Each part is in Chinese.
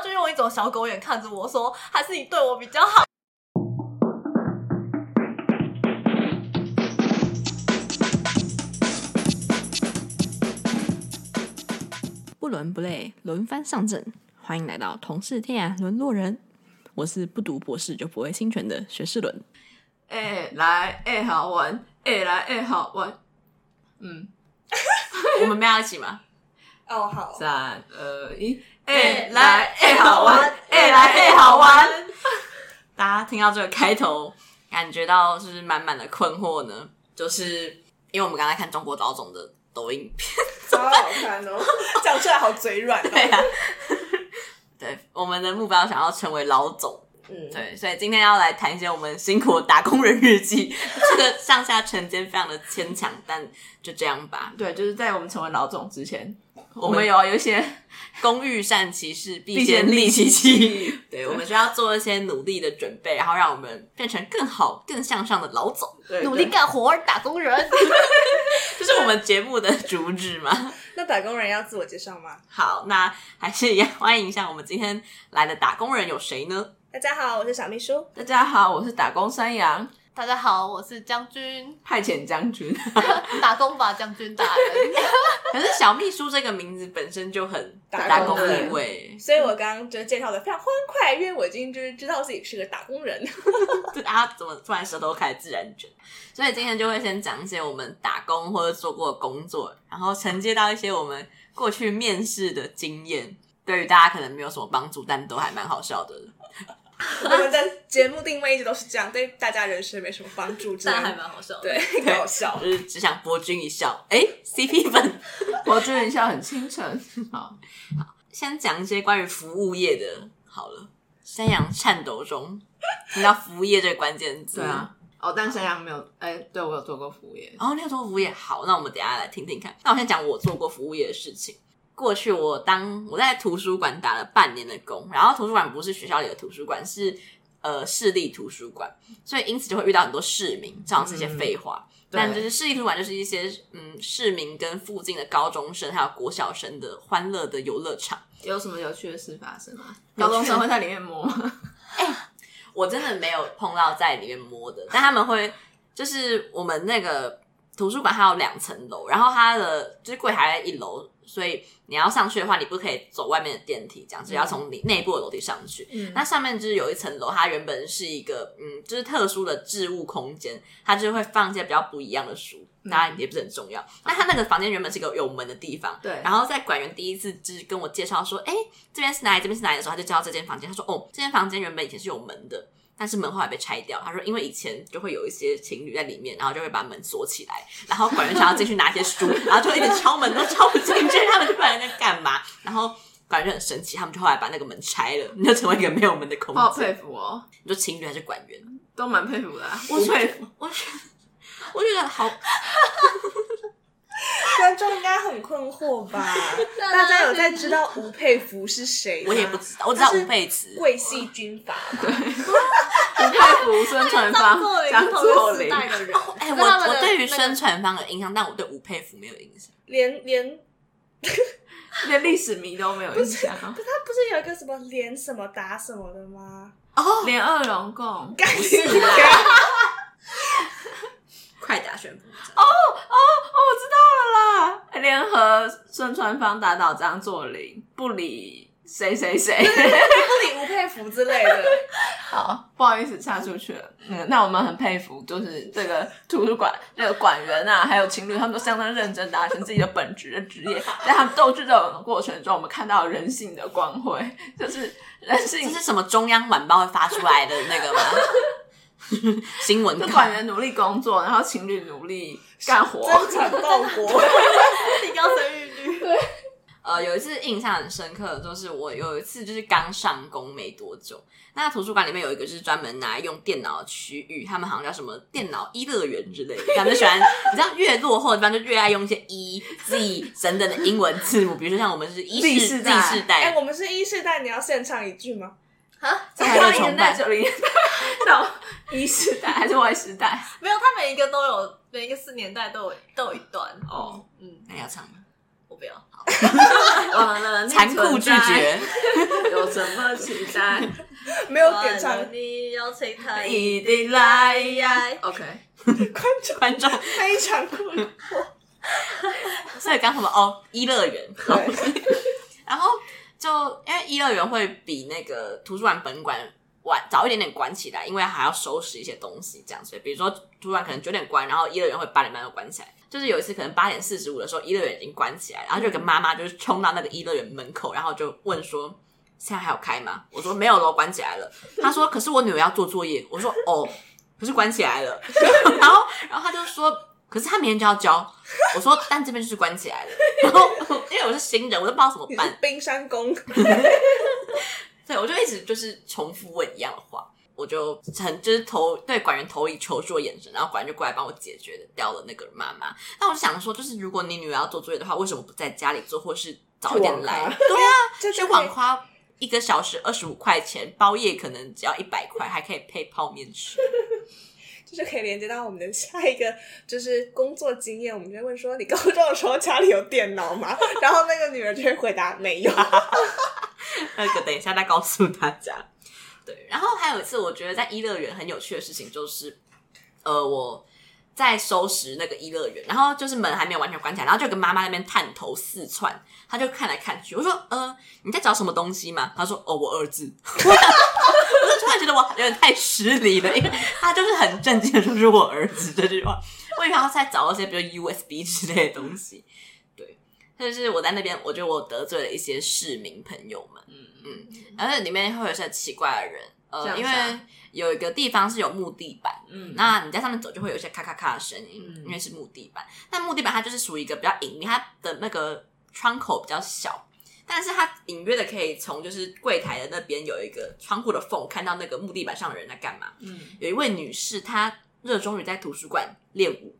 只有小狗眼看着我说，还是你对我比较好。不伦不类，轮番上阵。欢迎来到同是天涯沦落人，我是不读博士就不会侵权的学士伦。哎、来，哎、好玩，哎、来，哎、好玩。 嗯，我们没有一起嘛？哦，好，三二一，哎、哎来，哎、好玩，哎、来，哎、好玩。。大家听到这个开头，感觉到是满满的困惑呢，就是因为我们刚才看中国老总的抖音片，超 好看哦， 讲出来好嘴软哦。对啊， 对，我们的目标想要成为老总。嗯，对，所以今天要来谈一些我们辛苦的打工人日 记，这个上下承接非常的牵强，但就这样吧。对，就是在我们成为老总之前，我我们们有有一些 工欲善其事，必必先先利利其其器。器。对，我们需要做一些努力的准备，然后让我们变成更好、更向上的老总，对努力干活，打工人。这是我们节目的主旨嘛。那打工人要自我介绍吗？ 好，那还是一样，欢迎一下我们今天来的打工人有谁呢？大家好，我是小秘书。大家好，我是打工山羊大家好，我是将军，派遣将军。打工吧，将军大人。 可是小秘书这个名字本身就很打打工工人意味，所以我刚刚就介绍的非常欢快，因为我已经就是知道自己是个打工人。对啊，怎么突然舌头开始自然卷？所以今天就会先讲一些我们打工或者做过的工作，然后承接到一些我们过去面试的经验，对于大家可能没有什么帮助，但都还蛮好笑的， 我们的节目定位一直都是这样，对大家人生没什么帮助，只但还能蛮好笑的。 对搞笑。就是只想博君一笑。哎，CP 粉，我觉得一笑很清纯。 好，先讲一些关于服务业的，好了。山羊颤抖中听到服务业这个关键字，对啊。哦，但山羊没有，哎、对我有做过服务业。哦，你有做过服务业，好，那我们等一下来听听看。那我先讲我做过服务业的事情。过去我当我在图书馆打了半年的工，然后图书馆不是学校里的图书馆，是呃市立图书馆，所以因此就会遇到很多市民，这样是一嗯些废话。对但就是市立图书馆就是一些嗯市民跟附近的高中生还有国小生的欢乐的游乐场。有什么有趣的事发生吗？有高趣中生会在里面摸吗？我真的没有碰到在里面摸的，但他们会就是我们那个图书馆它有两层楼，然后它的就是柜台在一楼，所以你要上去的话，你不可以走外面的电梯，这样只要从里内部的楼梯上去。嗯那上面就是有一层楼，它原本是一个嗯，就是特殊的置物空间，它就会放一些比较不一样的书，当然也不是很重要。那它那个房间原本是一个有门的地方，对然后在馆员第一次就是跟我介绍说，哎、这边是哪里，这边是哪里的时候，他就介绍这间房间。他说，哦，这间房间原本以前是有门的，但是门后来被拆掉。他说，因为以前就会有一些情侣在里面，然后就会把门锁起来，然后管员想要进去拿一些书，然后就一直敲门都敲不进去，他们就不知道在干嘛。然后管员就很生气，他们就后来把那个门拆了，你 就成为一个没有门的空我好间。佩服哦，你说情侣还是管员？都蛮佩服的、啊。我佩服，我觉得。我觉得好，观众应该很困惑 吧？大家有在知道吴佩孚是谁吗？我也不知道，我知道吴佩慈，桂系军阀吧，我佩服孙传芳、张作霖。的人，哎、跟我他们的我对于那个宣传方有印象，但我对吴佩孚没有印象。连连 连历史迷都没有 印象哦，他不是有一个什么连什么打什么的吗？哦，连二龙共。干啊你娘！快打旋风哦，哦，我知道了啦，联合孙传芳打倒张作霖，不理谁谁谁。 不理吴佩孚之类的，好，不好意思岔出去了。嗯，那我们很佩服，就是这个图书馆这个馆员啊，还有情侣，他们都相当认真达成自己的本职的职业，在他们斗智斗勇的过程中，我们看到人性的光辉，就是人这性是。什么中央晚报会发出来的那个吗？ 新闻就稿馆员努力工作，然后情侣努力干活。争产报国。提高生育率。呃，有一次印象很深刻，就是我有一次就是刚上工没多久，那图书馆里面有一个就是专门拿来用电脑的区域，他们好像叫什么电脑一乐园之类的，他们就喜 欢，你知道越落后的地方就越爱用一些 e、z 等等的英文字母，比如说像我们是一 Z 世世 Z 代世哎、代，我们是一世代，你要献唱一句吗？啊，这还在80崇年代、拜九零年代到 一时代还是 Y 时代？没有，他每一个都有，每一个四年代都有都有一段。哦，哎嗯，那要唱吗？我我不要。好完了，残酷拒绝，哦有什么期待？没有点唱，啊你邀请他一定来呀呀！OK，观众观众。非常酷。所以刚什么哦，一乐园，对，然后就因为一乐园会比那个图书馆本馆晚早一点点关起来，因为还要收拾一些东西这样，所以比如说图书馆可能九点关，然后一乐园会八点半就关起来。就是有一次可能八点四十五的时候，一乐园已经关起来，然后就有个妈妈就是冲到那个一乐园门口，然后就问说。现在还有开吗？我说没有咯，关起来了。她说：“可是我女儿要做作业。”我说：“哦，可是关起来了。” 然后，然后她就说：“可是她明天就要交。”我说：“但这边就是关起来了。”然后，因为我是新人，我都不知道怎么你办是。冰山 公，对，我就一直就是重复问一样的话，我就很就是投对管员投以求助的眼神，然后管员就过来帮我解决掉了那个妈妈。那我就想说，就是如果你女儿要做作业的话，为什么不在家里做，或是早一点来？去网咖对 啊，这去就可网以咖一个小时二十五块钱，包夜可能只要一百块，还可以配泡面吃。这就可以连接到我们的下一个，就是工作经验。我们就会问说，你高中的时候家里有电脑吗？然后那个女儿就会回答没有。啊那个等一下再告诉大家。对，然后还有一次，我觉得在一乐园很有趣的事情就是，呃，我在收拾那个一乐园，然后就是门还没有完全关起来，然后就跟妈妈那边探头四窜，她就看来看去，我说，呃，你在找什么东西吗？她说，哦，我儿子。 我就突然觉得我有点太失礼了，因为她就是很震惊的说是我儿子这句话，我以为她在找一些比如 USB 之类的东西。对，就是我在那边，我觉得我得罪了一些市民朋友们。嗯嗯而且里面会有一些奇怪的人，呃，像因为啥有一个地方是有木地板，嗯那你在上面走就会有一些咔咔咔的声音，嗯因为是木地板。但木地板它就是属于一个比较隐秘，它的那个窗口比较小，但是它隐约的可以从就是柜台的那边有一个窗户的缝看到那个木地板上的人在干嘛。嗯，有一位女士，她热衷于在图书馆练舞，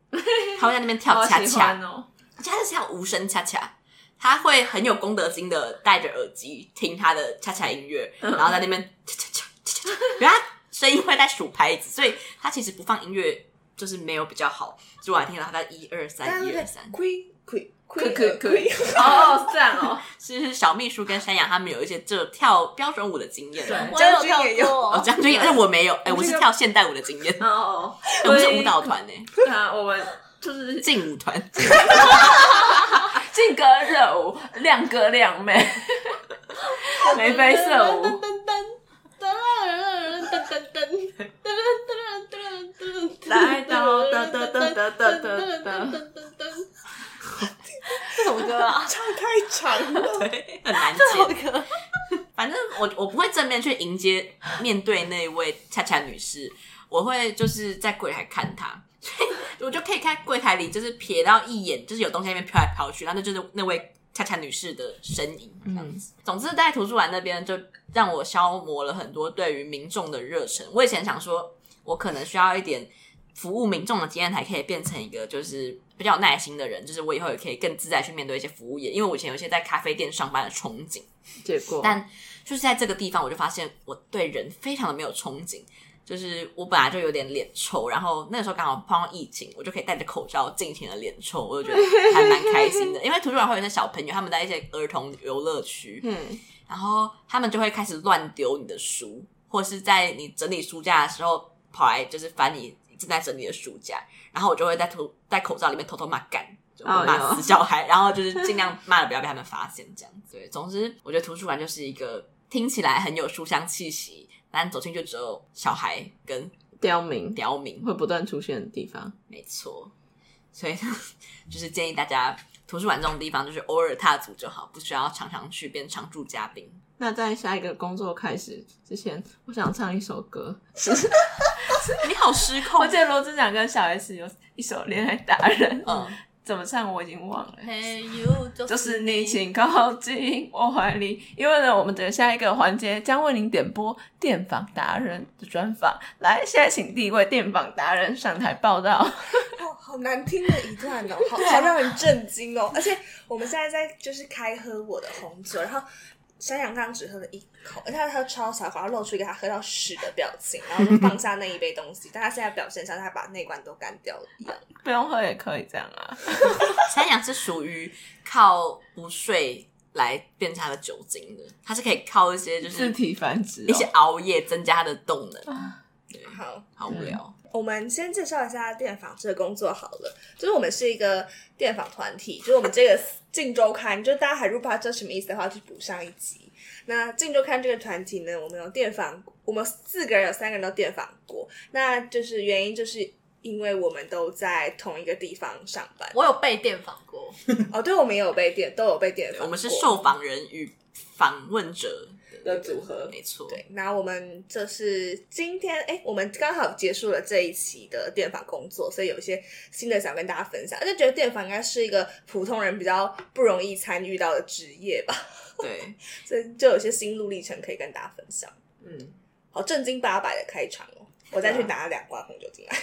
她会在那边跳 好恰喜恰。欢哦，而且他是像无声恰恰，他会很有功德心的戴着耳机听他的恰恰音乐，然后在那边 恰恰恰恰恰恰，然后他声音会在数拍子，所以他其实不放音乐就是没有比较好。所以我还听到他在一二但三是一二三，亏亏亏可亏可以，哦，这样哦， 是小秘书跟山羊他们有一些这跳标准舞的经验。对我有将军也跳过，哦，将军，而且我没有，哎、我是跳现代舞的经验，哦哦，我们是舞蹈团呢、欸对啊，我们就是劲舞团。劲歌热舞，亮哥亮 妹，眉飞 色舞，来到哒哒哒哒哒哒哒，这什么歌啊？唱太长了。很难接。 反正我我不会正面去迎接面对那位恰恰女士，我会就是在柜台看她， 所以我就可以看柜台里就是瞥到一眼，就是有东西在那边飘来飘去，然后那就是那位恰恰女士的身影这嗯样子。总之，在图书馆那边就让我消磨了很多对于民众的热忱。我以前想说，我可能需要一点服务民众的经验，才可以变成一个就是比较有耐心的人，就是我以后也可以更自在去面对一些服务业，因为我以前有一些在咖啡店上班的憧憬，结果但就是在这个地方，我就发现我对人非常的没有憧憬。就是我本来就有点脸臭，然后那个时候刚好碰到疫情，我就可以戴着口罩尽情的脸臭，我就觉得还蛮开心的。因为图书馆会有一些小朋友，他们在一些儿童游乐区，嗯，然后他们就会开始乱丢你的书，或是在你整理书架的时候跑来就是翻你正在整理的书架，然后我就会在头戴口罩里面偷偷骂干。就哦骂哟死小孩，然后就是尽量骂的不要被他们发现，这样子。对，总之我觉得图书馆就是一个听起来很有书香气息，但走进去只有小孩跟刁民刁民，会不断出现的地方，没错，所以就是建议大家图书馆这种地方就是偶尔踏足就好，不需要常常去变常驻嘉宾。那在下一个工作开始之前，我想唱一首歌。你好失控 我记，得罗志祥跟小 S 有一首《恋爱达人》， 嗯，怎么唱我已经忘了。 Hey you，就是你，请靠近我怀里。因为呢，我们的下一个环节将为您点播电访达人的专访。来，现在请第一位电访达人上台报道。哦，好难听的一段哦，好好让人震惊哦！而且我们现在在就是开喝我的红酒，然后山羊刚刚只喝了一口，而且他喝超小口，然后露出一个他喝到屎的表情，然后就放下那一杯东西。但他现在表现像他把那罐都干掉了一样。不用喝也可以这样啊。山羊是属于靠不睡来变成它的酒精的，它是可以靠一些就是自体繁殖、哦，一些熬夜增加它的动能。好，好无聊，我们先介绍一下电访这个工作好了，就是我们是一个电访团体，就是我们这个《镜周刊》，就是大家还如果不知道这什么意思的话，去补上一集。那《镜周刊》这个团体呢，我们有电访，我们四个人有三个人都电访过，那就是原因就是。因为我们都在同一个地方上班我有被电访过，哦，对，我们也有被电，都有被电访对过。我们是受访人与访问者的组合没错。对，那我们就是今天，哎，我们刚好结束了这一期的电访工作，所以有一些新的想跟大家分享。而且觉得电访应该是一个普通人比较不容易参与到的职业吧，对，所以就有些心路历程可以跟大家分享。嗯，好正经八百的开场哦，我再去拿两罐红酒进来。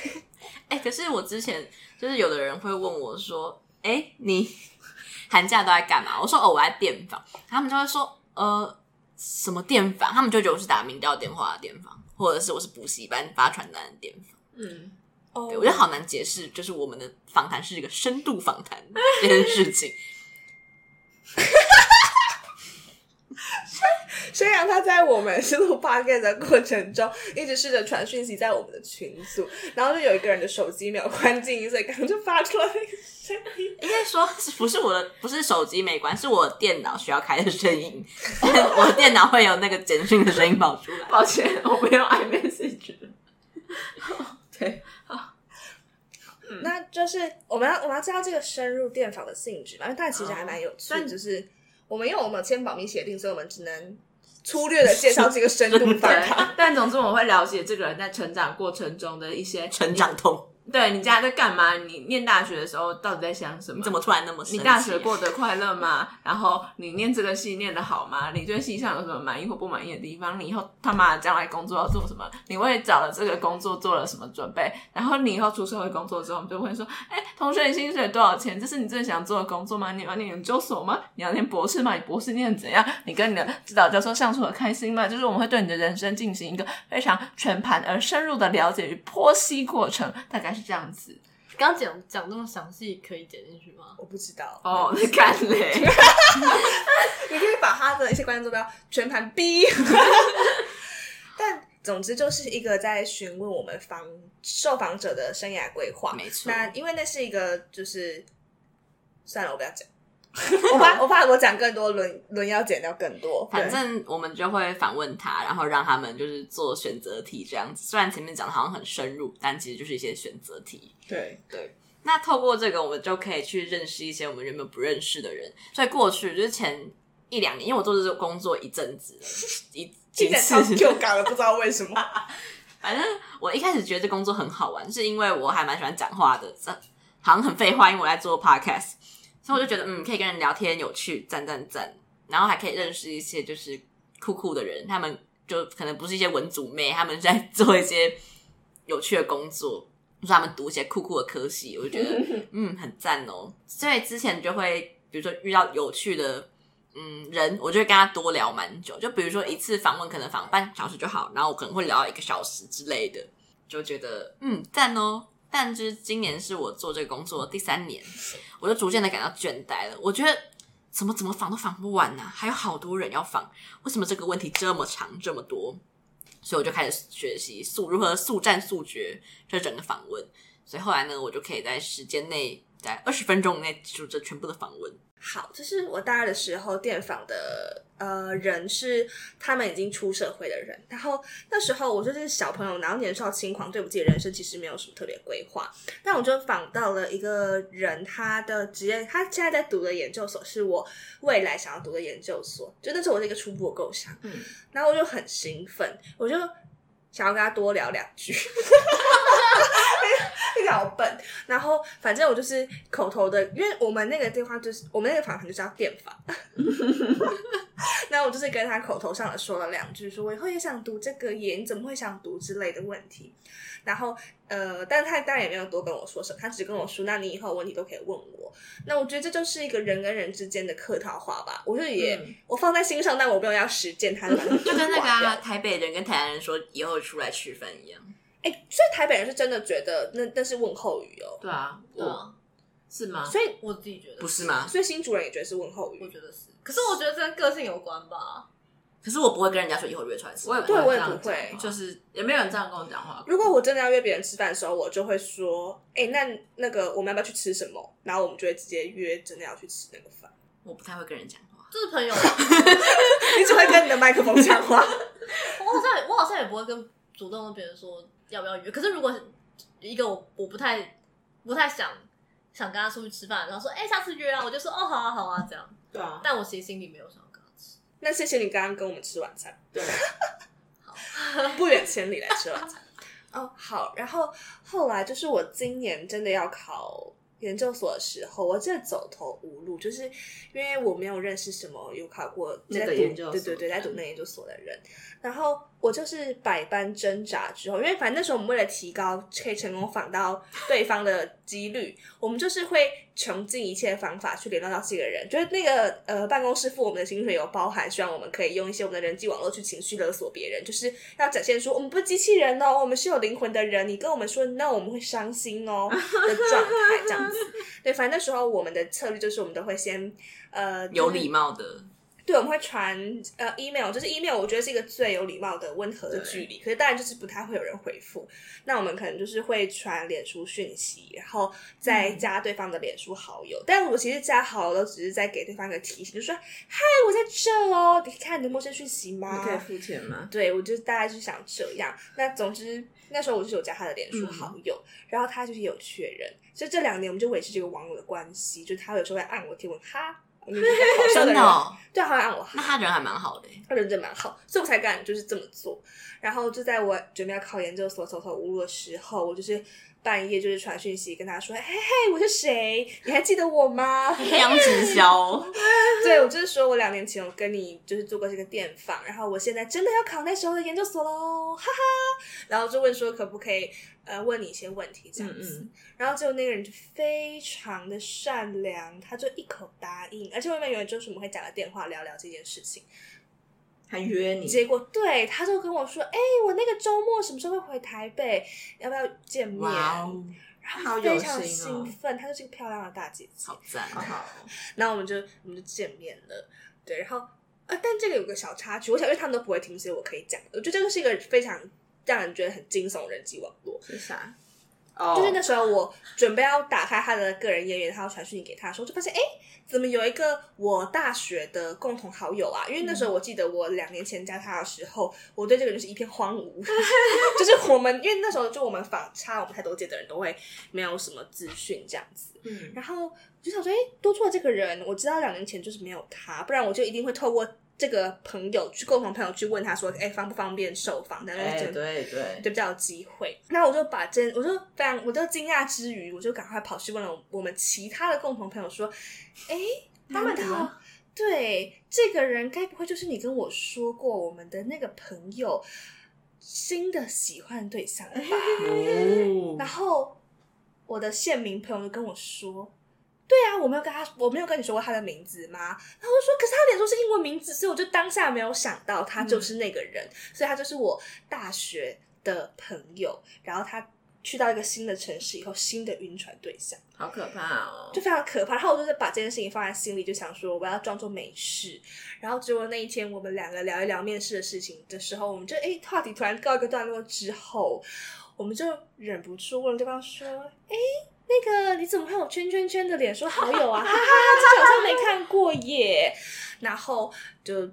哎、可是我之前就是有的人会问我说：“哎、你 寒假都在干嘛？”我说：“哦，我在电访。”他们就会说：“呃，什么电访？”他们就觉得我是打民调电话的电访，或者是我是补习班发传单的电访。哦对我觉得好难解释，就是我们的访谈是一个深度访谈这件事情。 虽然他在我们是录 podcast 的过程中，一直试着传讯息在我们的群组，然后就有一个人的手机没有关静音，所以刚刚就发出了那个声音。应该说是不是我的不是手机没关，是我电脑需要开的声音，我的电脑会有那个简讯的声音跑出来。抱歉，我没有 iMessage。对，嗯那就是我们要我们要知道这个深入电访的性质嘛，因为但其实还蛮有哦趣的，就是我们因为我们有签保密协定，所以我们只能粗略的介绍这个深 度访谈。对，但总之我会了解这个人在成长过程中的一些成长。痛，对你家在干嘛？你念大学的时候到底在想什么？你怎么？突然那么生你气啊大学过得快乐吗？然后你念这个系念得好吗？你对系上有什么满意或不满意的地方？你以后他妈的将来工作要做什么？你为找了这个工作做了什么准备？然后你以后出社会工作之后，我们就会说，哎、同学，你薪水多少钱？这是你最想做的工作吗？你要念研究所吗？你要念博士吗？你博士念得怎样？你跟你的指导教授相处的开心吗？就是我们会对你的人生进行一个非常全盘而深入的了解与剖析过程，大概是这样子。刚讲讲那么详细，可以剪进去吗？我不知道，哦，你看嘞。你可以把他的一些观众坐标全盘逼。 但总之就是一个在询问我们访受访者的生涯规划。没错那因为那是一个就是算了，我不要 讲。我怕我怕我讲更多，轮轮要剪掉更多。反对正我们就会反问他，然后让他们就是做选择题这样子。虽然前面讲的好像很深入，但其实就是一些选择题。对那透过这个，我们就可以去认识一些我们原本不认识的人。所以过去就是前一两年，因为我做这个工作一阵子了，一听几起来次超 Q 感了，不知道为什么。反正我一开始觉得这工作很好玩，是因为我还蛮喜欢讲话的，这好像很废话，因为我在做 podcast，所以我就觉得嗯，可以跟人聊天，有趣，赞赞赞，然后还可以认识一些就是酷酷的人，他们就可能不是一些文组妹，他们在 做一些有趣的工作，就是他们读一些酷酷的科系，我就觉得嗯很赞哦。所以之前就会比如说遇到有趣的嗯人，我就会跟他多聊蛮久。就比如说一次访问可能访半小时就好，然后我可能会聊到一个小时之类的，就觉得嗯赞哦。但就是今年是我做这个工作的第三年，我就逐渐的感到倦怠了。我觉得怎么怎么访都访不完呐、还有好多人要访，为什么这个问题这么长这么多？所以我就开始学习速如何速战速决这整个访问。所以后来呢，我就可以在时间内，在二十分钟内结束这全部的访问。 好，就是我大二的时候，电访的呃人是他们已经出社会的人，然后那时候我就是小朋友，然后年少轻狂，对不自己的人生其实没有什么特别规划。但我就访到了一个人，他的职业，他现在在读的研究所是我未来想要读的研究所，就那是我的一个初步的构想。嗯，然后我就很兴奋，我就想要跟他多聊两句。你好笨，然后反正我 就是口头的，因为我们那个电话就是我们那个访谈就是要电访， 那我就是跟他口头上的说了两句，说我以后也想读这个耶，你怎么会想读之类的问题。然后呃，但他当然也没有多跟我说什么，他只跟我说，那你以后有问题都可以问我。那我觉得这就是一个人跟人之间的客套话吧。我就也、我放在心上，但我没有要实践它，就把它嗯 就跟那个、挂掉啊、台北人跟台南人说以后出来吃饭一样。哎、所以台北人是真的觉得那那是问候语哦， 对啊，对我啊，是吗？所以我自己觉得不是？吗？所以新主人也觉得是问候我语。觉得是，可是我觉得这跟个性有关吧。可是我不会跟人家说以后约出来吃我饭，也对我也这样不会讲话就是也没有人这样跟我讲话过。如果我真的要约别人吃饭的时候，我就会说，哎、那那个我们要不要去吃什么？然后我们就会直接约，真的要去吃那个饭。 我不太会跟人讲话。就是朋 友，啊你只会跟你的麦克风讲话。我好像也我好像也不会跟主动跟别人说要不要约。可是如果是一个我我不太不太想想跟他出去吃饭，然后说哎、下次约啊，我就说哦好啊好啊这样，对啊，但我其实心里没有想要跟他吃。 那谢谢你刚刚跟我们吃晚餐，对， 不远千里来吃晚餐。哦，好。然后后来就是我今年真的要考研究所的时候，我真的走投无路，就是因为我没有认识什么有考过那在个读研究所嗯对对对，的在读那个研究所的人。然后我就是百般挣扎之后，因为反正那时候我们为了提高可以成功访到对方的几率，我们就是会穷尽一切方法去联络到这个人。就是那个呃办公室付我们的薪水有包含，希望我们可以用一些我们的人际网络去情绪勒索别人，就是要展现出我们不是机器人哦，我们是有灵魂的人。你跟我们说 no，我们会伤心哦的状态这样子。对，反正那时候我们的策略就是我们都会先呃有礼貌的，对，我们会传呃 email，就是 email，我觉得是一个最有礼貌的温和的对距离。可是当然就是不太会有人回复，那我们可能就是会传脸书讯息，然后再嗯加对方的脸书好友。但我其实加好友都只是在给对方一个提醒，就说嗨，我在这哦，你看你的陌生讯息吗？你可以付钱吗？对，我就大概是想这样。那总之那时候我就是有加他的脸书好嗯友，然后他就是有确认，所以这两年我们就维持这个网友的关系，就是他有时候会按我贴文哈，我就是一个好笑真的人，的、哦，对，他会按我哈那。他人还蛮好的欸。他人真的蛮好，所以我才敢就是这么做。然后就在我准备要考研究所走投无路的时候，我就是半夜就是传讯息跟他说：“嘿嘿，我是谁？你还记得我吗？” 黑羊直 销，对我就是说我两年前我跟你就是做过这个电访，然后我现在真的要考那时候的研究所喽，哈哈。然后就问说可不可以呃问你一些问题这样子。嗯然后结果那个人就非常的善良，他就一口答应，而且我们原本就是我们会打个电话聊聊这件事情。还约你，结果对，他就跟我说：“哎、我那个周末什么时候会回台北？要不要见面？”哇哦，然好后有非常心哦兴奋，她就是一个漂亮的大姐姐好。赞！好好哦，然后我们就我们就见面了，对，然后呃，但这个有个小插曲，我想因为他们都不会听，所以我可以讲。我觉得这个是一个非常让人觉得很惊悚的人际网络。是啥？哦就是那时候我准备要打开他的个人页面，他要传讯息给他的时候，就发现哎，怎么有一个我大学的共同好友啊？因为那嗯时候我记得我两年前加他的时候，我对这个人就是一片荒芜，就是我们因为那时候就我们反差我们太多届的人都会没有什么资讯这样子，嗯，然后我就想说，哎，多出了这个人，我知道两年前就是没有他，不然我就一定会透过这个朋友去共同朋友去问他说，哎，方不方便受访？但哎，是就对对，就比较有机会。那我就把这，我就非常，我就惊讶之余，我就赶快跑去问了我我们其他的共同朋友说，哎，他们哪里啊的。对，这个人该不会就是你跟我说过我们的那个朋友新的喜欢对象吧？哦然后我的县民朋友就跟我说：“对啊，我没有跟他，我没有跟你说过他的名字吗？”然后我说：“可是他脸书是英文名字，所以我就当下没有想到他就是那个人，所以他就是我大学的朋友。然后他去到一个新的城市以后，新的晕船对象。”好可怕哦，就非常可怕。然后我就是把这件事情放在心里，就想说我要装作没事。然后结果那一天我们两个聊一聊面试的事情的时候，我们就诶话题突然告一个段落之后，我们就忍不住问对方说：“诶，那个你怎么会有圈圈圈的脸书好友啊？哈哈，这好像没看过耶。”然后就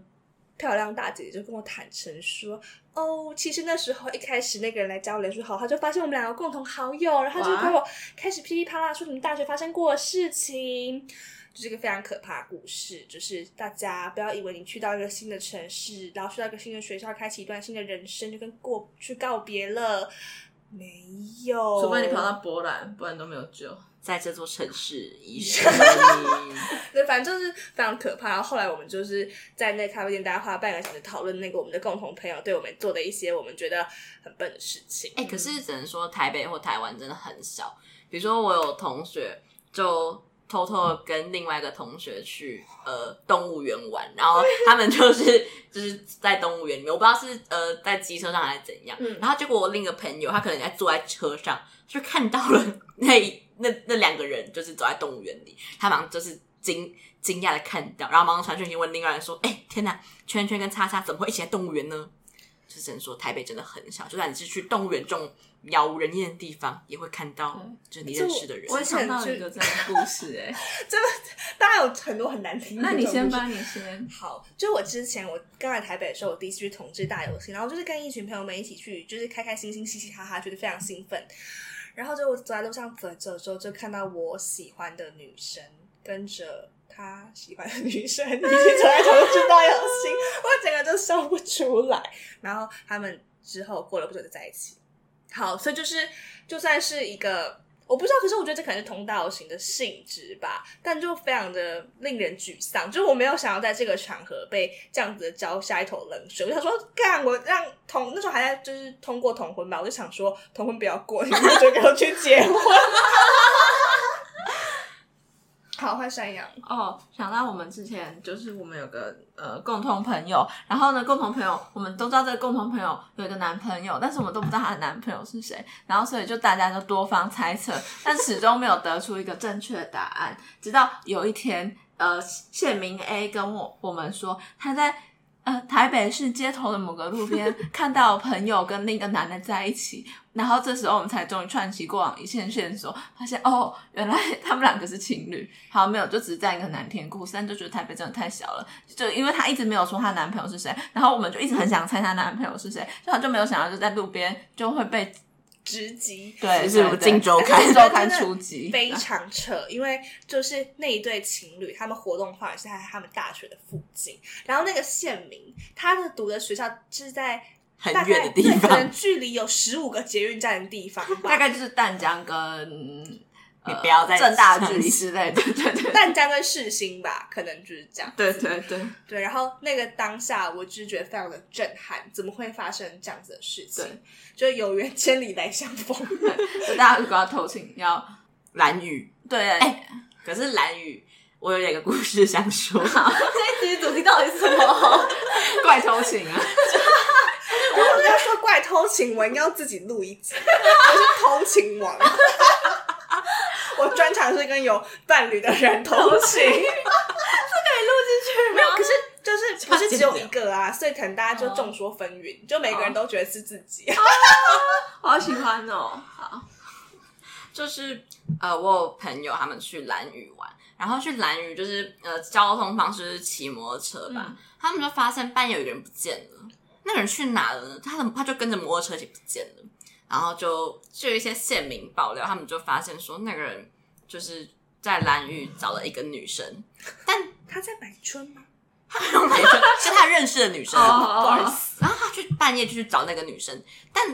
漂亮大姐姐就跟我坦诚说。哦，其实那时候一开始那个人来加我脸书好友，他就发现我们两个共同好友，然后就哇跟我开始噼里啪啦说你们大学发生过的事情，就是一个非常可怕的故事。就是大家不要以为你去到一个新的城市，然后去到一个新的学校，开启一段新的人生，就跟过去告别了。没有，除非你跑到波兰，不然都没有救。在这座城市遗失了你。对，反正就是非常可怕。然后后来我们就是在那咖啡店，大家花半个小时讨论那个我们的共同朋友对我们做的一些我们觉得很笨的事情。 哎、可是只能说台北或台湾真的很小。比如说，我有同学就偷偷地跟另外一个同学去呃动物园玩，然后他们就是就是在动物园里面，我不知道是呃在机车上还是怎样，嗯然后结果我另一个朋友他可能在坐在车上，就看到了 那一那那两个人就是走在动物园里，他马上就是惊惊讶的看到，然后马上传讯息问另外人说：“哎、天哪，圈圈跟叉叉怎么会一起在动物园呢？”就是只能说台北真的很小，就算你是去动物园这种杳无人烟的地方，也会看到就是你认识的人。我也想到一个这样的故 事哎、当然有很多很难听的那这种故你事。先吧，你先。好，就是我之前我刚来台北的时候，我第一次去同志大游行，然后就是跟一群朋友们一起去，就是开开心心、嘻嘻哈哈，觉得非常兴奋。然后就我走在路上走着走着，就看到我喜欢的女生跟着她喜欢的女生一起走在同志大游行， 我整个就笑不出来。然后他们之后过了不久就在一起。好，所以就是就算是一个我不知道，可是我觉得这可能是同道型的性质吧，但就非常的令人沮丧。就是我没有想要在这个场合被这样子的浇下一头冷水。我想说，干我让同那时候还在就是通过同婚吧，我就想说同婚不要过，你们就给我去结婚。 好，换山羊，哦，想到我们之前就是我们有个呃共同朋友，然后呢，共同朋友我们都知道这个共同朋友有一个男朋友，但是我们都不知道她的男朋友是谁，然后所以就大家就多方猜测，但始终没有得出一个正确的答案。直到有一天，呃，谢明 A 跟我我们说他在。呃，台北市街头的某个路边看到朋友跟另一个男的在一起，然后这时候我们才终于串起过往一线线索，发现哦，原来他们两个是情侣。好，没有，就只是这样一个难听的故事，但就觉得台北真的太小了。就因为她一直没有说她男朋友是谁，然后我们就一直很想猜她男朋友是谁，就她就没有想到就在路边就会被直击。对是对对荆州 刊荆州刊出击，非常扯，因为就是那一对情侣，他们活动范围是在他们大学的附近，然后那个县民，他的读的学校是在很大概远的地对可方能，距离有十五个捷运站的地方大吧。概就是淡江跟你你不要再正大的尝距离之类的，对对对淡江跟世新吧，可能就是这样。对对对。对，然后那个当下，我就是觉得非常的震撼，怎么会发生这样子的事情？对，就有缘千里来相逢。就大家如果要偷情，要蓝雨。对，可是蓝雨，我有两个故事想说。 这一集主题到底是什么？怪偷情啊，如果要说怪偷情，我应该要自己录一集。我是偷情王， 我专长是跟有伴侣的人偷情。没有，可 是就是不是只有一个啊，所以可能大家就众说纷纭，就每个人都觉得是自己。 好喜欢哦。好，就是呃，我有朋友他们去兰屿玩，然后去兰屿就是呃，交通方式是骑摩托车吧，他们就发现半夜有一个人不见了，那个人去哪了呢？他怎么他就跟着摩托车一起不见了？然后就就有一些县民爆料，他们就发现说那个人就是在兰屿找了一个女生，但 他在买春吗？那种女生， 是他认识的女生，哦不好意思。然后他去半夜就去找那个女生，但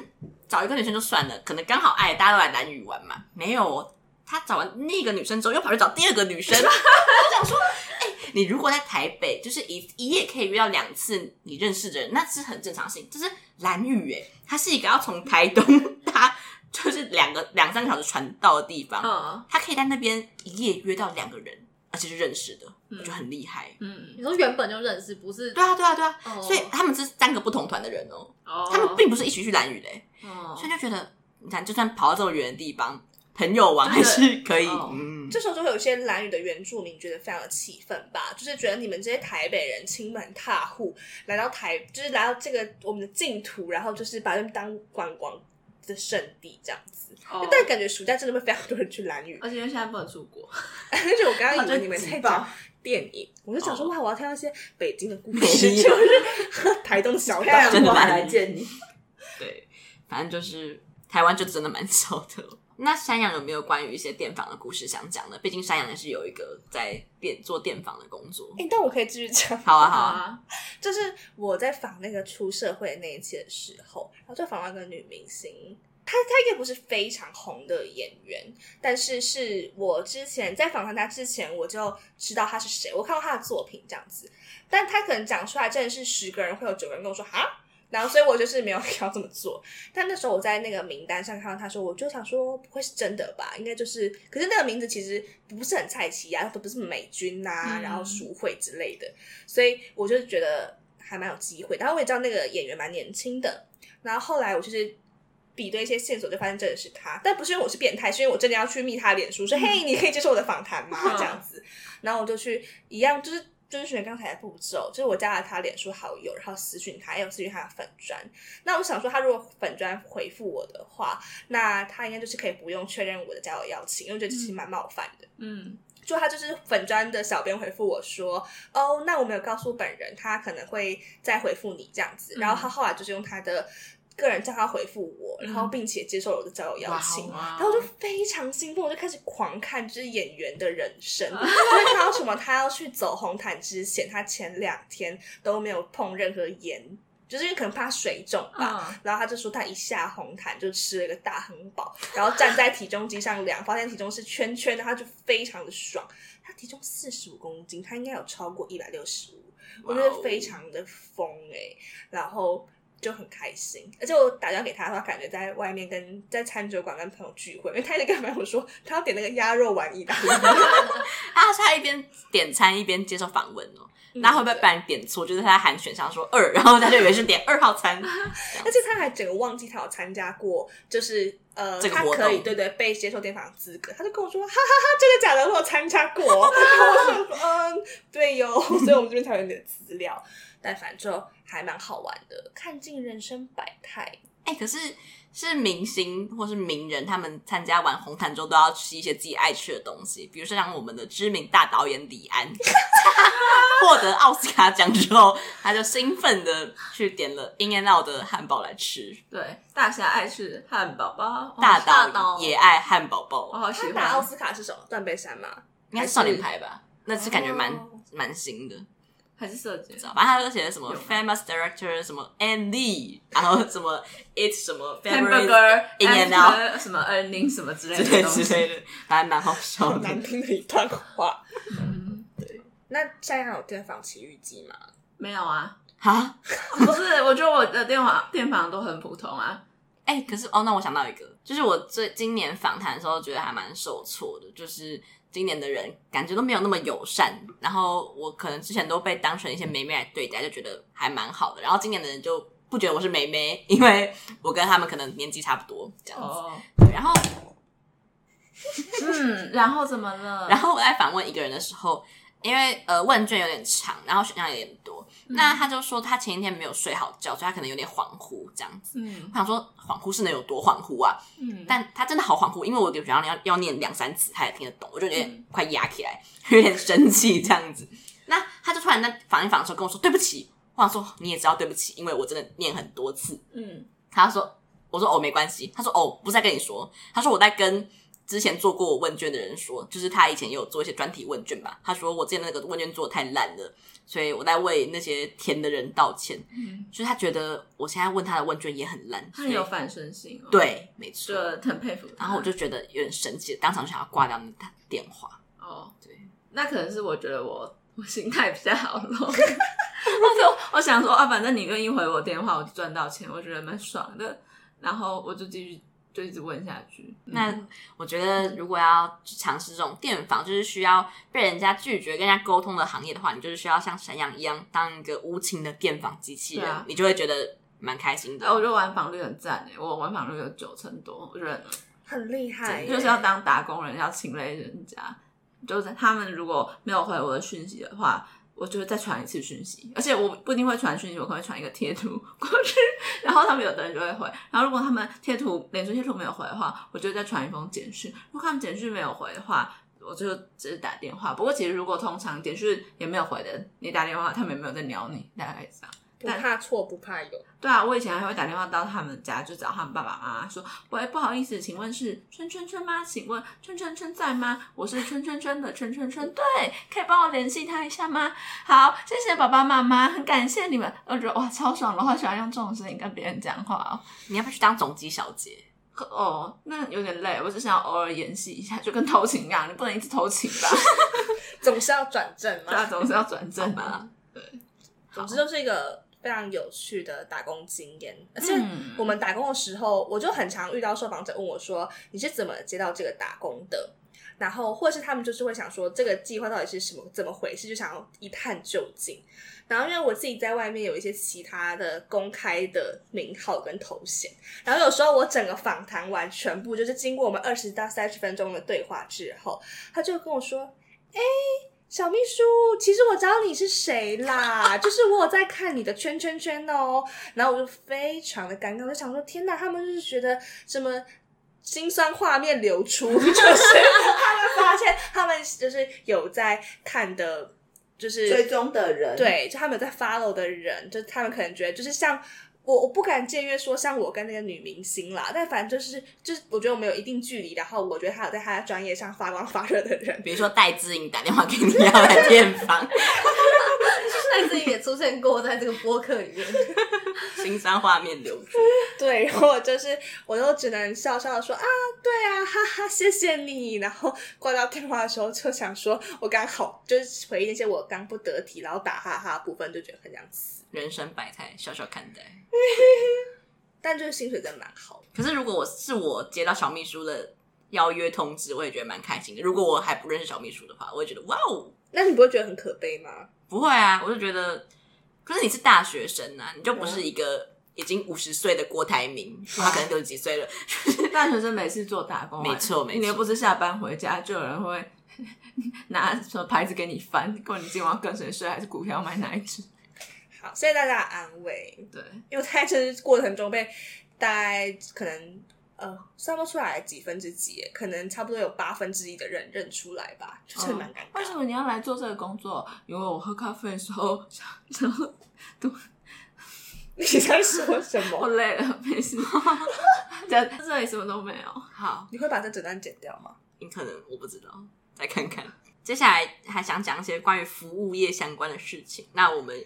找一个女生就算了，可能刚好哎，大家都来南屿玩嘛，没有哦。他找完那个女生之后，又跑去找第二个女 生。我想说，哎、你如果在台北，就是一一夜可以约到两次你认识的人，那是很正常性。就是蓝屿，哎，它是一个要从台东搭，就是两个 两三个小时船到的地方，嗯他可以在那边一夜约到两个人，而且是认识的，我觉得很厉害。嗯，你说原本就认识，不是对？啊，对啊，对啊。哦所以他们是三个不同团的人哦，哦他们并不是一起去蓝屿的欸，哦所以就觉得，你看，就算跑到这么远的地方，朋友玩还是可以，哦嗯，这时候就会有一些蓝屿的原住民觉得非常的气愤吧，就是觉得你们这些台北人亲门踏户来到台，就是来到这个我们的净土，然后就是把他们当观光的圣地这样子。哦但感觉暑假真的会非常多人去蓝屿，而且因为现在不能出国，而且我刚刚以为你们在很棒讲电影，我就想说哇，我要听到一些北 京的故事，哦没有就是 台东小岛。真的蛮见你。对，反正就是台湾就真的蛮少的。 那山羊有没有关于一些电访的故事想讲的？毕竟山羊也是有一个在电做电访的工作。哎、但我可以继续讲。好啊，好好啊，啊，就是我在访那个出社会那一期的时候，然后就访到一个女明星，他他应该不是非常红的演员，但是是我之前在访谈他之前我就知道他是谁，我看过他的作品这样子，但他可能讲出来真的是十个人会有九个人跟我说哈。然后，所以我就是没有 要这么做。但那时候我在那个名单上看到他说，我就想说，不会是真的吧？应该就是，可是那个名字其实不是很菜奇啊，都不是美军呐、啊，嗯然后淑慧之类的，所以我就觉得还蛮有机会。然后我也知道那个演员蛮年轻的，然后后来我就是比对一些线索，就发现真的是他，但不是因为我是变态，是因为我真的要去密他脸书，说、嘿，你可以接受我的访谈吗？这样子，然后我就去一样就是。遵循刚才的步骤，就是我加了他脸书好友，然后私讯他，也哎有私讯他的粉砖。那我想说，他如果粉砖回复我的话，那他应该就是可以不用确认我的交友邀请，因为我觉得这其实蛮冒犯的。嗯，就他就是粉砖的小编回复我说，哦，那我没有告诉本人，他可能会再回复你这样子。然后他后来就是用他的个人账号回复我，然后并且接受了我的交友邀请。哇哦然后我就非常兴奋，我就开始狂看就是演员的人生，就会看到什么他要去走红毯之前，他前两天都没有碰任何盐，就是因为可能怕水肿吧。嗯然后他就说他一下红毯就吃了一个大亨堡，然后站在体重机上量，发现体重是圈圈的，他就非常的爽。他体重四十五公斤，他应该有超过一百六十五，我觉得非常的疯哎、然后就很开心。而且我打电话给他的话，感觉在外面跟在餐酒馆跟朋友聚会，因为他一直跟朋友说他要点那个鸭肉丸意大利面，他啊是他一边点餐一边接受访问哦。那会不会被人点错？就是他喊选项说二，然后他就以为是点二号餐。而且他还整个忘记他有参加过，就是呃，这个他活可以动对对被接受电访的资格，他就跟我说哈哈哈，真的假的？我有参加过。哦 然后我就说嗯，对哟， 所以我们这边才有你的资料，但反正就还蛮好玩的，看尽人生百态。哎、可是是明星或是名人，他们参加完红毯之后都要吃一些自己爱吃的东西，比如说像我们的知名大导演李安， 获得奥斯卡奖之后，他就兴奋的去点了 In and Out 的汉堡来吃，对，大侠爱吃汉堡包，哦大大岛岛也爱汉堡我包，好他喜拿奥欢。斯卡是什么？断背山吗？应该是少年派吧？那是感觉蛮哦蛮新的，还是色姐，知道吧？反正他就写了什么有 famous director 什么 Andy，然后什么 it 什么 hamburger、 in and out 什么 earning 什么之类之的类东之西。类的，反正蛮好笑好的难。听的一段 话。嗯，那现在有电访奇遇记吗？没有啊，哦啊，不是，我觉得我的电话电访都很普通啊。哎、可是哦，那我想到一个，就是我最今年访谈的时候，觉得还蛮受挫的，就是今年的人感觉都没有那么友善，然后我可能之前都被当成一些妹妹来对待，就觉得还蛮好的，然后今年的人就不觉得我是妹妹，因为我跟他们可能年纪差不多这样子。哦，对然后，嗯，然后怎么了？然后我在访问一个人的时候，因为呃问卷有点长，然后选项有点多，那他就说他前一天没有睡好觉，所以他可能有点恍惚这样子。嗯我想说恍惚是能有多恍惚啊？嗯，但他真的好恍惚，因为我给学校要要念两三次，他也听得懂，我就有点嗯快压起来，有点生气这样子。那他就突然在访一访的时候跟我说对不起，我想说你也知道对不起，因为我真的念很多次。嗯他说我说哦没关系，他说哦不是在跟你说，他说我在跟之前做过问卷的人说，就是他以前也有做一些专题问卷吧，他说我之前那个问卷做的太烂了，所以我在为那些填的人道歉，嗯，就是他觉得我现在问他的问卷也很烂，他所以有反身性哦，，对没错就。很佩服他。然后我就觉得有点生气，当场就想要挂掉那个电话。哦，对，那可能是我觉得我我心态比较好咯。 我就我想说啊，反正你愿意回我电话，我就赚到钱，我觉得蛮爽的。然后我就继续就一直问下去。嗯那我觉得如果要尝试这种电访，就是需要被人家拒绝、跟人家沟通的行业的话，你就是需要像沈阳一样当一个无情的电访机器人，对啊你就会觉得蛮开心的。哎，我觉得玩访率很赞诶，我玩访率有九成多，我觉得很厉害耶，就是要当打工人，要请累人家。就是他们如果没有回我的讯息的话，我就会再传一次讯息，而且我不一定会传讯息，我可能会传一个贴图过去， 然后他们有的人就会回。然后如果他们贴图脸书贴图没有回的话，我就会再传一封简讯。如果他们简讯没有回的话，我就只是打电话。不过其实如果通常简讯也没有回的，你打电话他们也没有在鸟你，大概是这样。不怕错不怕有。对啊，我以前还会打电话到他们家，就找他们爸爸妈妈说：“喂，不好意思，请问是圈圈圈吗？请问圈圈圈在吗？我是圈圈圈的圈圈圈，对，可以帮我联系他一下吗？好，谢谢爸爸妈妈，很感谢你们。”我觉得哇，超爽的，好喜欢用这种声音跟别人讲话哦。你要不要去当总机小姐？可哦，那有点累，我只想要偶尔演戏一下，就跟偷情一样，你不能一直偷情吧？ 总是要转正大家嘛。总是要转正啊好吧吧？总之就是一个非常有趣的打工经验，而且嗯我们打工的时候，我就很常遇到受访者问我说：“你是怎么接到这个打工的？”然后，或是他们就是会想说这个计划到底是什么怎么回事，就想要一探究竟。然后，因为我自己在外面有一些其他的公开的名号跟头衔，然后有时候我整个访谈完全部就是经过我们二十到三十分钟的对话之后，他就跟我说：“哎，小秘书，其实我知道你是谁啦， 就是我有在看你的圈圈圈哦。”然后我就非常的尴尬，我就想说：“天哪，他们就是觉得什么？”心酸画面流出，就是 他们发现他们就是有在看的，就是追踪的人，，对，就他们有在 follow 的人，就他们可能觉得就是像我，我不敢僭越说像我跟那个女明星啦，但反正就是就是我觉得我们有一定距离，然后我觉得他有在他的专业上发光发热的人，比如说戴志颖打电话给你要来电访，赖志颖也出现过在这个播客里面， 心酸画面流出。对，然后我就是我就只能笑笑的说啊，对啊，哈哈，谢谢你。然后挂掉电话的时候就想说，我刚好就是回忆那些我刚不得体，然后打哈哈的部分，就觉得很想死，人生百态，笑笑看待。但就是薪水真的蛮好的。可是如果我是我接到小秘书的邀约通知，我也觉得蛮开心的。如果我还不认识小秘书的话，我也觉得哇哦，那你不会觉得很可悲吗？不会啊，我就觉得，可是你是大学生啊，你就不是一个已经五十岁的郭台铭，啊他可能六十几岁了，大学生每次做打哦工啊，没错没错你又不是下班回家，就有人会 拿什么牌子给你翻，问你今晚要跟谁睡，还是股票买哪一只？好，谢谢大家的安慰。对，因为他在这过程中被大概可能呃算不出来几分之几耶，可能差不多有八分之一的人认出来吧，就是蛮尴尬。为什么你要来做这个工作？因为我喝咖啡的时候想想说 你在说什我么？累了，没事。在这里什么都没有。好，你会把这整段剪掉吗？你可能我不知道，再看看。接下来还想讲一些关于服务业相关的事情。那我们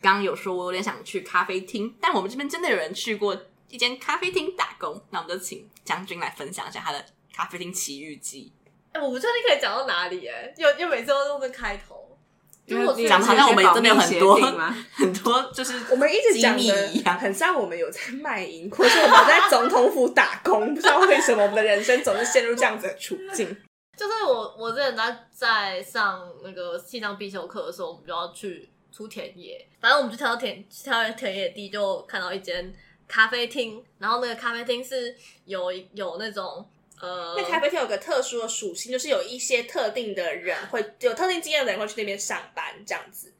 刚刚有说，我有点想去咖啡厅，但我们这边真的有人去过一间咖啡厅打工，那我们就请将军来分享一下他的咖啡厅奇遇记。哎、我不确定可以讲到哪里、哎，又又每次都用这开头，因如果为讲得好像我们真的有很多保密协定吗？ 很多就是 我们一直讲机密一的样，很像我们有在卖淫，或是我们在总统府打工，不知道为什么我们的人生总是陷入这样子的处境。就是我我之前在在上那个西藏必修课的时候，我们就要去出田野，反正我们就挑田挑田野地，就看到一间咖啡厅，然后那个咖啡厅是有有那种呃， 那咖啡厅有个特殊的属性，就是有一些特定的人会有特定经验的人会去那边上班这样子。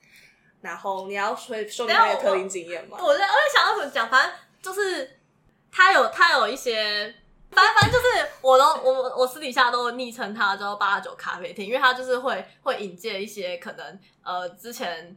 然后你要说说明他有特定经验吗？我在我在想要怎么讲，反正就是他有他有一些，反正反正就是我都我我私底下都昵称他叫八九咖啡厅，因为他就是会会引荐一些可能呃之前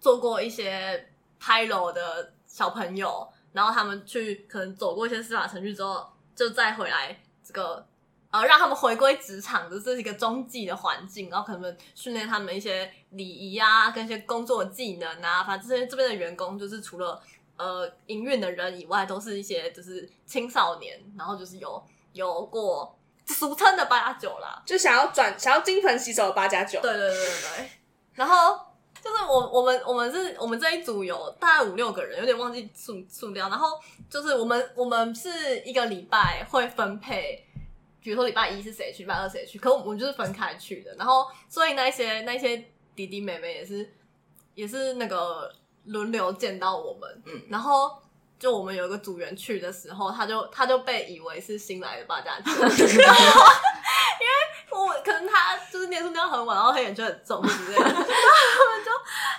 做过一些拍楼的小朋友，然后他们去可能走过一些司法程序之后，就再回来这个呃，让他们回归职场的这是一个中继的环境，然后可能训练他们一些礼仪啊，跟一些工作技能啊，反正这些这边的员工就是除了呃营运的人以外，都是一些就是青少年，然后就是有有过俗称的八加九啦，就想要转，想要金盆洗手八加九。对对对对对。 然后就是我我们我们是我们这一组有大概五六个人，有点忘记数数量。然后就是我们我们是一个礼拜会分配。比如说礼拜一是谁去，礼拜二谁去，可我们我们就是分开去的。然后，所以那一些那一些弟弟妹妹也是也是那个轮流见到我们，嗯然后就我们有一个组员去的时候，他就他就被以为是新来的八加九，然后因为我可能他就是念书念到很晚，然后黑眼圈很重之类的，然后他们就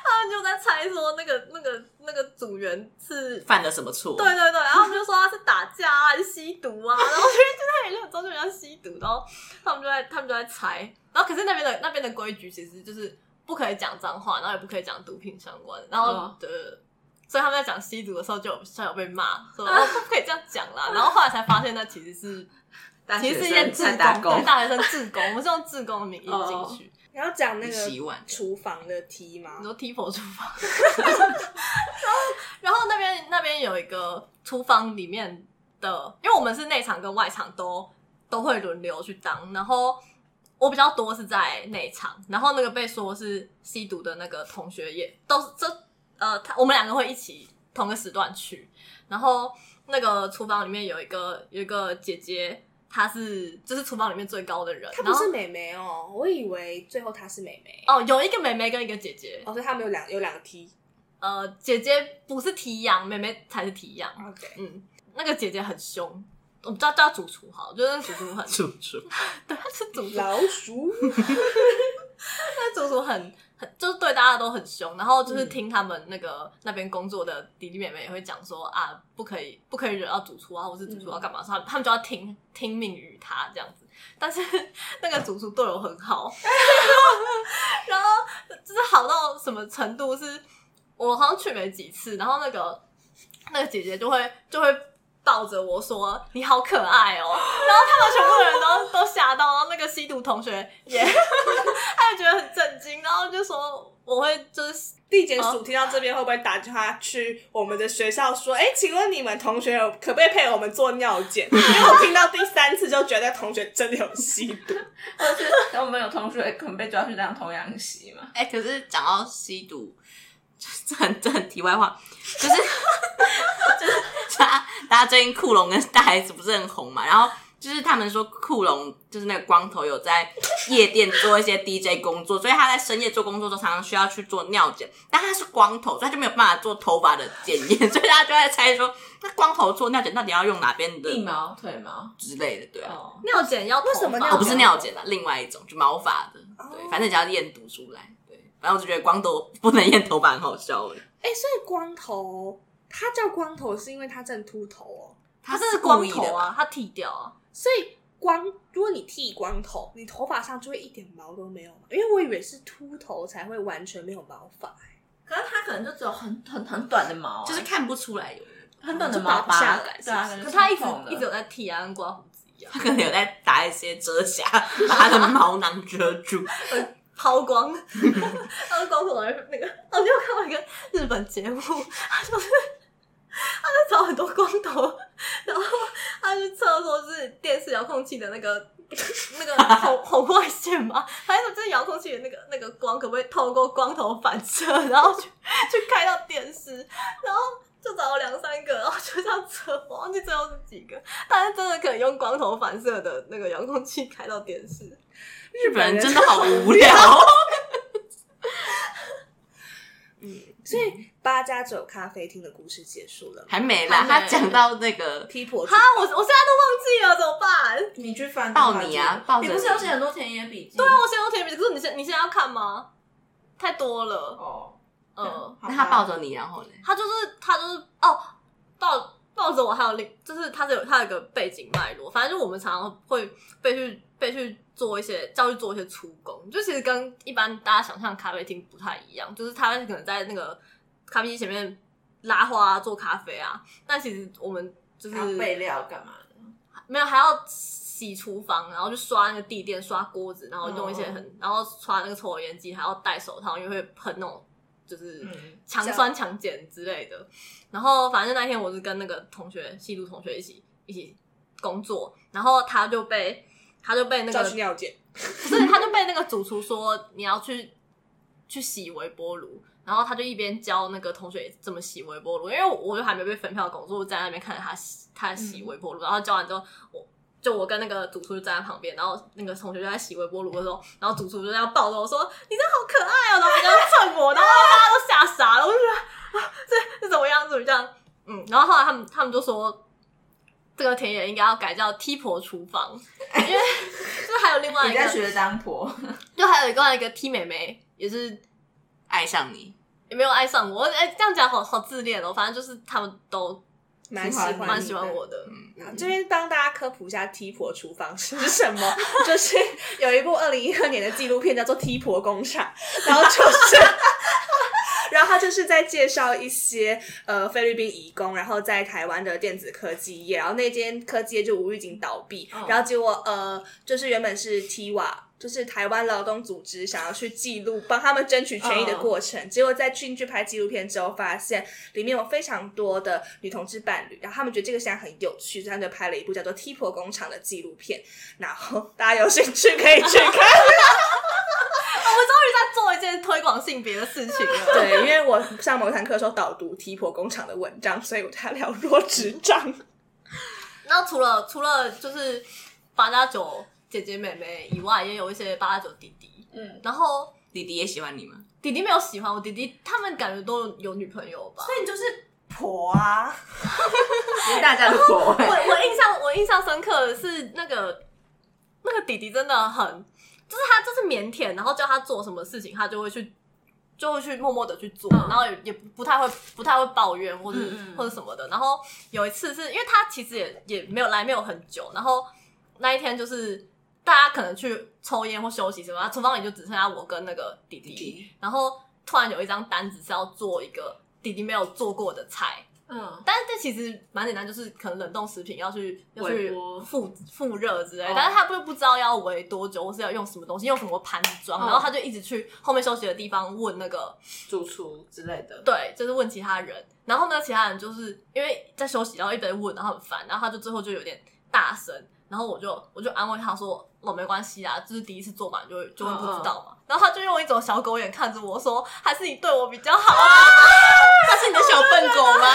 他们就在猜说那个那个那个组员是犯了什么错？对 对对，然后他们就说他是打架啊，还是吸毒 啊，然后我觉得就在也就很中就像吸毒，然后他们就在他们就在猜，然后可是那边的那边的规矩其实就是不可以讲脏话，然后也不可以讲毒品相关的，然后哦的、对对所以他们在讲吸毒的时候就有校友被骂说、哦、不可以这样讲 啦，然后后来才发现那其实是其实是一些志在工，打工哦对，大学生志工，我们是用志工的名义进去，你要讲那洗个碗厨房的题吗你？说 Tipo 厨 房，然后然后那边那边有一个厨房里面的，因为我们是内场跟外场都都会轮流去当，然后我比较多是在内场，然后那个被说是吸毒的那个同学也都是这呃，他我们两个会一起同个时段去，然后那个厨房里面有一个有一个姐姐，她是就是厨房里面最高的人，她不然后是美眉哦，我以为最后她是美眉。哦，有一个妹妹跟一个姐姐，哦，所以他们有两有两个 T。呃，姐姐不是提羊，妹妹才是提羊，哦 OK，嗯，那个姐姐很凶。我们叫叫她主厨好，就是主厨很楚楚， 对，他是主厨，老鼠。他主厨很很就是对大家都很凶，然后就是听他们那个、那边工作的弟弟妹妹也会讲说啊，不可以不可以惹到主厨啊，或是主厨要干嘛，所以他们他们就要听听命于他这样子。但是那个主厨对我很好， 然后就是好到什么程度是，我好像去没几次，然后那个那个姐姐就会就会抱着我说你好可爱哦，然后他们全部的人都都吓到，然后那个吸毒同学也他也觉得很震惊，然后就说我会就是地检署听到这边会不会打电话去我们的学校说：“哎、请问你们同学有可不可以陪我们做尿检？” 因为我听到第三次就觉得同学真的有吸毒。或是我们有同学可能被抓去当童养媳嘛？哎、可是讲到吸毒，这很这很题外话，就是就是大家大家最近酷龙跟大 S 不是很红嘛，然后。就是他们说酷龙就是那个光头有在夜店做一些 DJ 工作，所以他在深夜做工作的时候常常需要去做尿检，但他是光头，所以他就没有办法做头发的检验， 所以大家就在猜说，那光头做尿检到底要用哪边的腋毛、腿毛，之类的，对啊，哦，尿检要为为什么哦尿不是尿检的，另外一种就毛发的，对，反正只要验毒出来，对，反正我就觉得光头不能验头发很好笑哎， 哎、所以光头，他叫光头是因为他正秃头哦。他这是是故光意的头吧啊，他剃掉啊，所以光，如果你剃光头，你头发上就会一点毛都没有嘛。因为我以为是秃头才会完全没有毛发，可是他可能就只有很很很短的毛啊，就是看不出来有，很短的就毛拔不吧下来对啊，可是是他一直长筒的一直有在剃啊，跟刮胡子一样他可能有在打一些遮瑕，把他的毛囊遮住，抛光，他是光头的那个，我就看到一个日本节目，他就是他在找很多光头，然后他去测说是电视遥控器的那个 那个红红外线嘛，还是这遥控器的那个那个光可不可以透过光头反射，然后去去开到电视，然后。就找了两三个，然后就这样测，我忘记最后是几个，但是真的可以用光头反射的那个遥控器开到电视。日本人真的好无聊，所以八加九咖啡厅的故事结束了 吗。还没啦，他讲到那个劈婆子哈，我我现在都忘记了，怎么办？你去翻的话抱你啊就，抱着你你不是有写很多田野笔记？对啊，我现在用甜笔，可是你现你现在要看吗？太多了，哦，嗯，好吧那他抱着你，然后呢？他就是他就是哦，抱抱着我，还有另就是他是有他有一个背景脉络，反正就我们常常会被去被去做一些叫去做一些出工，就其实跟一般大家想象咖啡厅不太一样，就是他们可能在那个咖啡机前面拉花、啊、做咖啡啊，但其实我们就是要备料干嘛的？没有，还要洗厨房，然后去刷那个地垫、刷锅子，然后用一些很，哦然后刷那个抽油烟机，还要戴手套，因为会喷那种就是嗯强酸强碱之类的。然后反正那天我是跟那个同学，吸毒同学一起一起工作，然后他就被他就被那叫个去尿检，不是，他就被那个主厨说你要去去洗微波炉，然后他就一边教那个同学怎么洗微波炉，因为我就还没被分票工作，我站在那边看着他洗他洗微波炉，然后教完之后，我就我跟那个主厨就站在旁边，然后那个同学就在洗微波炉的时候，然后主厨就这样抱着我说你真好可爱哦，然后就在蹭我，然后大家都吓傻了，我就觉得啊这这怎么样怎么样，嗯，然后后来他们他们就说。这个田野应该要改叫踢婆厨房，因为就是还有另外一你个在学当 婆，就还有另外一个 T 妹妹，也是爱上你，也没有爱上我。哎、这样讲好好自恋哦。反正就是他们都蛮喜欢你的蛮喜欢我的。好这边帮大家科普一下踢婆厨房是什么， 就是有一部二零一二年的纪录片叫做《踢婆工厂》，然后就是。 然后他就是在介绍一些呃菲律宾移工，然后在台湾的电子科技嗯业，然后那间科技业就无预警倒闭，然后结果呃就是原本是 Tiva 就是台湾劳动组织想要去记录帮他们争取权益的过程，结果在进去拍纪录片之后，发现里面有非常多的女同志伴侣，然后他们觉得这个现在很有趣，所以他们就拍了一部叫做《踢婆工厂》的纪录 片，然后大家有兴趣可以去看。在做一件推广性别的事情啊了。对，因为我上某一堂课的时候导读《踢婆工厂》的文章，所以我对他了若指掌。那除了除了就是八加九姐姐妹妹以外，也有一些八加九弟弟。嗯，然后弟弟也喜欢你吗？弟弟没有喜欢我，弟弟他们感觉都有女朋友吧？以你就是婆啊，大家都国我我印象我印象深刻的是那个那个弟弟真的很，就是他就是腼腆，然后叫他做什么事情，他就会去就会去默默的去做，然后也也不不太会不太会抱怨或者、嗯嗯或者什么的。然后有一次是因为他其实也也没有来没有很久，然后那一天就是。大家可能去抽烟或休息什么，然后厨房里就只剩下我跟那个弟弟，然后突然有一张单子是要做一个弟弟没有做过的菜，嗯，但是这其实蛮简单，就是可能冷冻食品要去要去微波复复热之类的哦，但是他不不知道要围多久，或是要用什么东西，用什么盘子装，哦然后他就一直去后面休息的地方问那个，主厨之类的，对，就是问其他人，然后呢，其他人就是因为在休息，然后一直在问，然后很烦，然后他就最后就有点大声，然后我就我就安慰他说。哦，没关系啊，就是第一次做嘛，就会就会不知道嘛。然后他就用一种小狗眼看着我说：“还是你对我比较好啊。”他是你的小笨狗吗？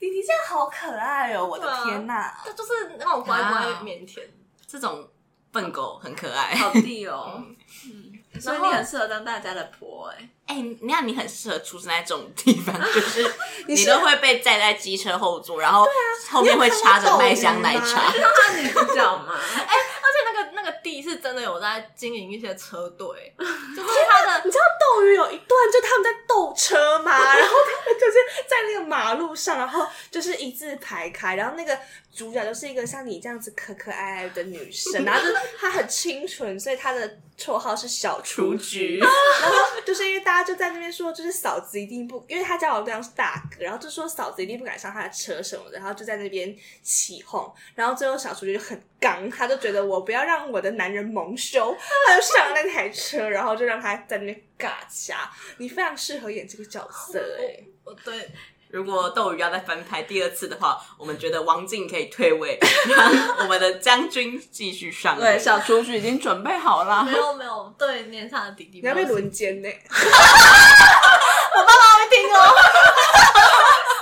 弟弟这样好可爱哦，我对啊哪，他就是那种乖乖啊腼腆。这种笨狗很可爱。好弟哦，嗯，所以然后你很适合当大家的婆哎，哎、你看你很适合出生在这种地方，就是你你是都会被载在机车后座，然后后面会插着麦香奶茶。那你不叫吗？而且那个那个地是真的有在经营一些车队， 就是他的你知道斗鱼有一段就他们在斗车吗？然后他们就是在那个马路上，然后就是一字排开，然后那个主角就是一个像你这样子可可爱爱的女生，然后就是她很清纯，所以她的绰号是小雏雏菊菊。然后就是因为大家就在那边说，就是嫂子一定不，因为他交往对象是大哥，然后就说嫂子一定不敢上他的车什么的，然后就在那边起哄，然后最后小雏菊就很刚，他就觉得我不要让我的男人蒙羞，他就上了那台车，然后就让他在那边尬掐。你非常适合演这个角色哦哎、我对如果斗鱼要再翻拍第二次的话，我们觉得王静可以退位， 让我们的将军继续上对，位。小雏菊已经准备好了没，有没有对年长的弟弟你没有要被兴趣，轮奸欸呢、哦他会听哦，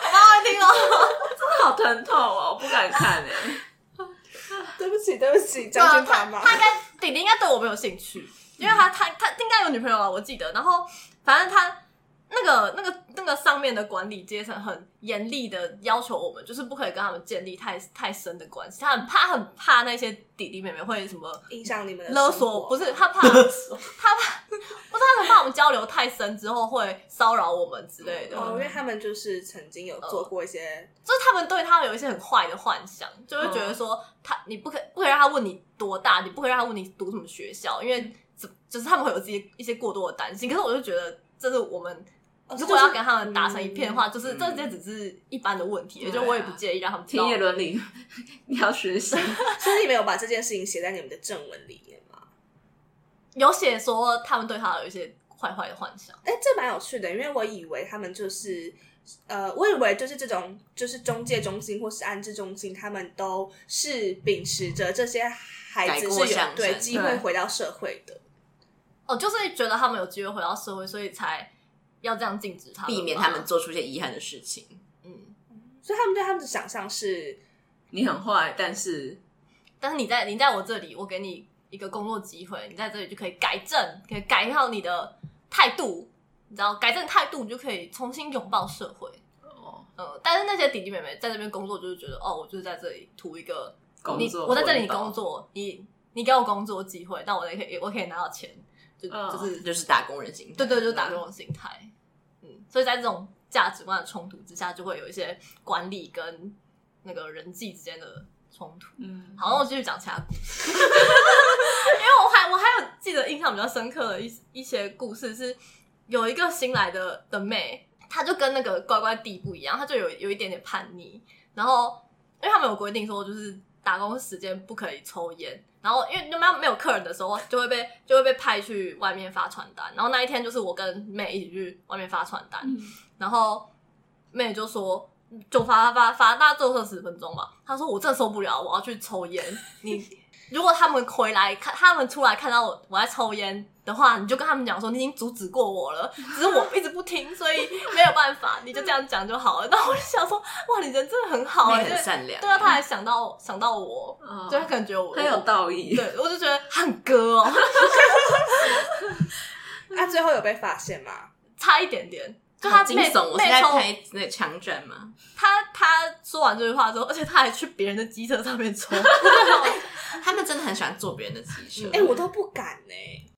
我妈会听哦。好疼痛哦，我不敢看哎， 对不起，对不起，将军他大妈。他应该弟弟应该对我没有兴趣，因为他他他应该有女朋友啊，我记得。然后反正他那个那个那个上面的管理阶层很严厉的要求我们，就是不可以跟他们建立太太深的关系。他很怕他很怕那些弟弟妹妹会什么影响你们的勒生索活不是他怕他怕不是他很怕我们交流太深之后会骚扰我们之类的，哦，因为他们就是曾经有哦做过一些，就是他们对他有一些很坏的幻想，就会觉得说他你不可不可以让他问你多大，你不可以让他问你读什么学校，因为怎就是他们会有自己一些过多的担心。可是我就觉得这是我们。哦如果要这跟他们打成一片的话，就是这些只是一般的问题，也就我也不介意让他们知道听业伦理， 你要学习，就是所以你们有把这件事情写在你们的正文里面吗？有写说他们对他有一些坏坏的幻想。哎、这蛮有趣的，因为我以为他们就是，呃，我以为就是这种就是中介中心或是安置中心，他们都是秉持着这些孩子改是过有向善对机会对回到社会的。哦，就是觉得他们有机会回到社会，所以才要这样禁止他们吧， 避免他们做出一些遗憾的事情。嗯，所以他们对他们的想象是，你很坏，但是但是你在你在我这里，我给你一个工作机会，你在这里就可以改正，可以改好你的态度，你知道，改正态度，你就可以重新拥抱社会。哦，嗯，但是那些弟弟妹妹在这边工作，就是觉得哦，我就是在这里图一个工你作我在这里回报工作，你你给我工作机会，那我也可以我可以拿到钱，就、嗯就是就是打工人心态。对对，就打工的心态。嗯，所以在这种价值观的冲突之下，就会有一些管理跟那个人际之间的冲突。嗯，好，那我继续讲其他故事， 因为我还我还有记得印象比较深刻的一一些故事是，有一个新来的的妹，她就跟那个乖乖弟不一样，她就有有一点点叛逆，然后因为他们有规定说，就是打工时间不可以抽烟，然后因为没有没有客人的时候，就会被就会被派去外面发传单。然后那一天就是我跟妹一起去外面发传单，然后妹就说。就发发发，大概最后剩十分钟吧。她说：“我真的受不了，我要去抽烟。你如果他们回来看，他们出来看到我我在抽烟的话，你就跟他们讲说你已经阻止过我了，只是我一直不听，所以没有办法，你就这样讲就好了。那我就想说，哇，你人真的很好、欸，妹很善良对啊，他还想到想到我，哦对他可能觉得我很有，道义。对我就觉得他很哥哦，那啊最后有被发现吗？差一点点。就好他惊妹悚！我是妹在抽拍那个枪战吗？他他说完这句话之后，而且他还去别人的机车上面抽，我就想他们真的很喜欢坐别人的机车。哎、我都不敢呢、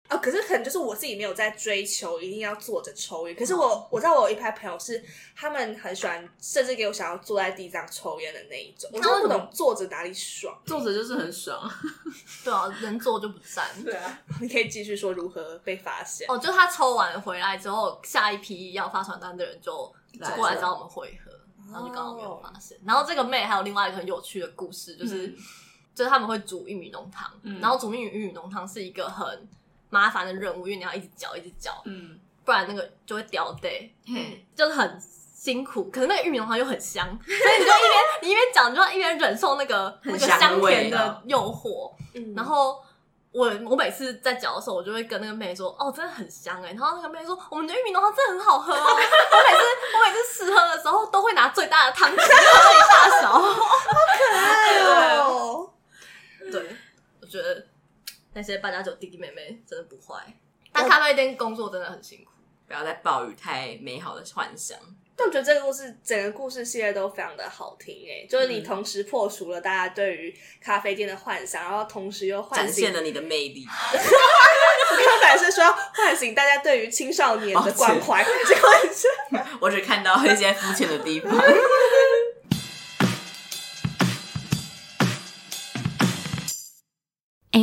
哦，可是可能就是我自己没有在追求一定要坐着抽烟。可是我我知道我有一派朋友是他们很喜欢，甚至给我想要坐在地上抽烟的那一种。我真的不懂坐着哪里爽。作者就是很爽， 对啊，人坐就不站。啊，你可以继续说如何被发现。哦，就他抽完回来之后，下一批要发传单的人就来了过来哦找我们会合，然后就刚好没哦有发现。然后这个妹还有另外一个很有趣的故事，就是、嗯就是他们会煮玉米浓汤，嗯然后煮玉米玉米浓汤是一个很麻烦的任务，因为你要一直搅一直搅，嗯，不然那个就会掉 day，嘿，就是很。辛苦，可是那个玉米浓汤又很香，所以你就一边你一边讲，你就要一边忍受那个那很个香的香甜味的道诱惑。嗯然后我我每次在嚼的时候，我就会跟那个妹说，哦，真的很香哎、然后那个妹说，我们的玉米浓汤真的很好 喝哦。我每次我每次试喝的时候，都会拿最大的汤匙喝一大勺。哎啊呦，对，我觉得那些八加九弟弟妹妹真的不坏，但咖啡店工作真的很辛苦。不要再抱有太美好的幻想。但我觉得这个故事整个故事系列都非常的好听哎、就是嗯你同时破除了大家对于咖啡店的幻想，然后同时又唤展醒现 了你的魅力。刚才是说要唤醒大家对于青少年的关怀，结果你是我只看到一些肤浅的地方。 哎